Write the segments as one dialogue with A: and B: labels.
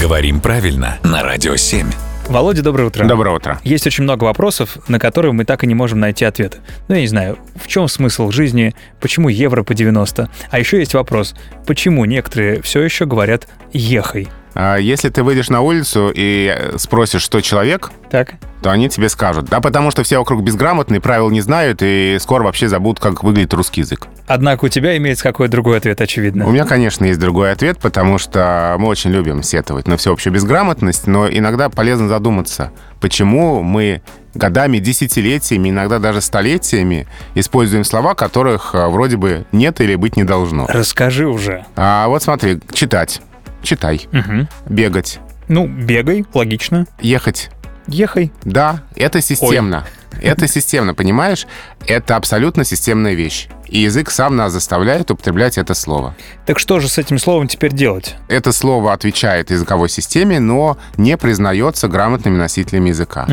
A: Говорим правильно на Радио 7.
B: Володя, доброе утро.
C: Доброе утро.
B: Есть очень много вопросов, на которые мы так и не можем найти ответы. Ну, я не знаю, в чем смысл жизни, почему евро по 90? А еще есть вопрос, почему некоторые все еще говорят «ехай»?
C: А Если ты выйдешь на улицу и спросишь, что человек,
B: Так?
C: то они тебе скажут. Да, потому что все вокруг безграмотные, правил не знают и скоро вообще забудут, как выглядит русский язык.
B: Однако у тебя имеется какой-то другой ответ,
C: У
B: очевидно.
C: меня, конечно, есть другой ответ, потому что мы очень любим сетовать на всеобщую безграмотность, но иногда полезно задуматься, почему мы годами, десятилетиями, иногда даже столетиями используем слова, которых э, вроде бы нет или быть не должно.
B: Расскажи уже.
C: А вот смотри, читать, читай,
B: Мгм.
C: бегать,
B: Ну, бегай, логично.
C: ехать,
B: Ехай.
C: Да, это системно. Это системно, понимаешь? Это абсолютно системная вещь. И язык сам нас заставляет употреблять это слово.
B: Так что же с этим словом теперь делать?
C: Это слово отвечает языковой системе, но не признается грамотными носителями языка.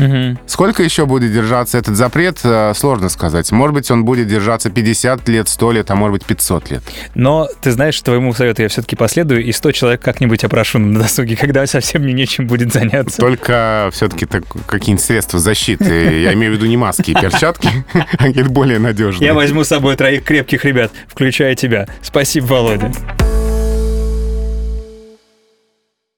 C: Сколько еще будет держаться этот запрет, э, сложно сказать. Может быть, он будет держаться 50 лет, 100 лет, а может быть, 500 лет.
B: Но ты знаешь, твоему совету я все-таки последую, и 100 человек как-нибудь опрошу на досуге, когда совсем мне нечем будет заняться.
C: Только все-таки какие-нибудь средства защиты. Я имею в виду не маски и перчатки, а какие-то более надежные.
B: Я возьму с собой троих крепких ребят, включая тебя. Спасибо, Володя.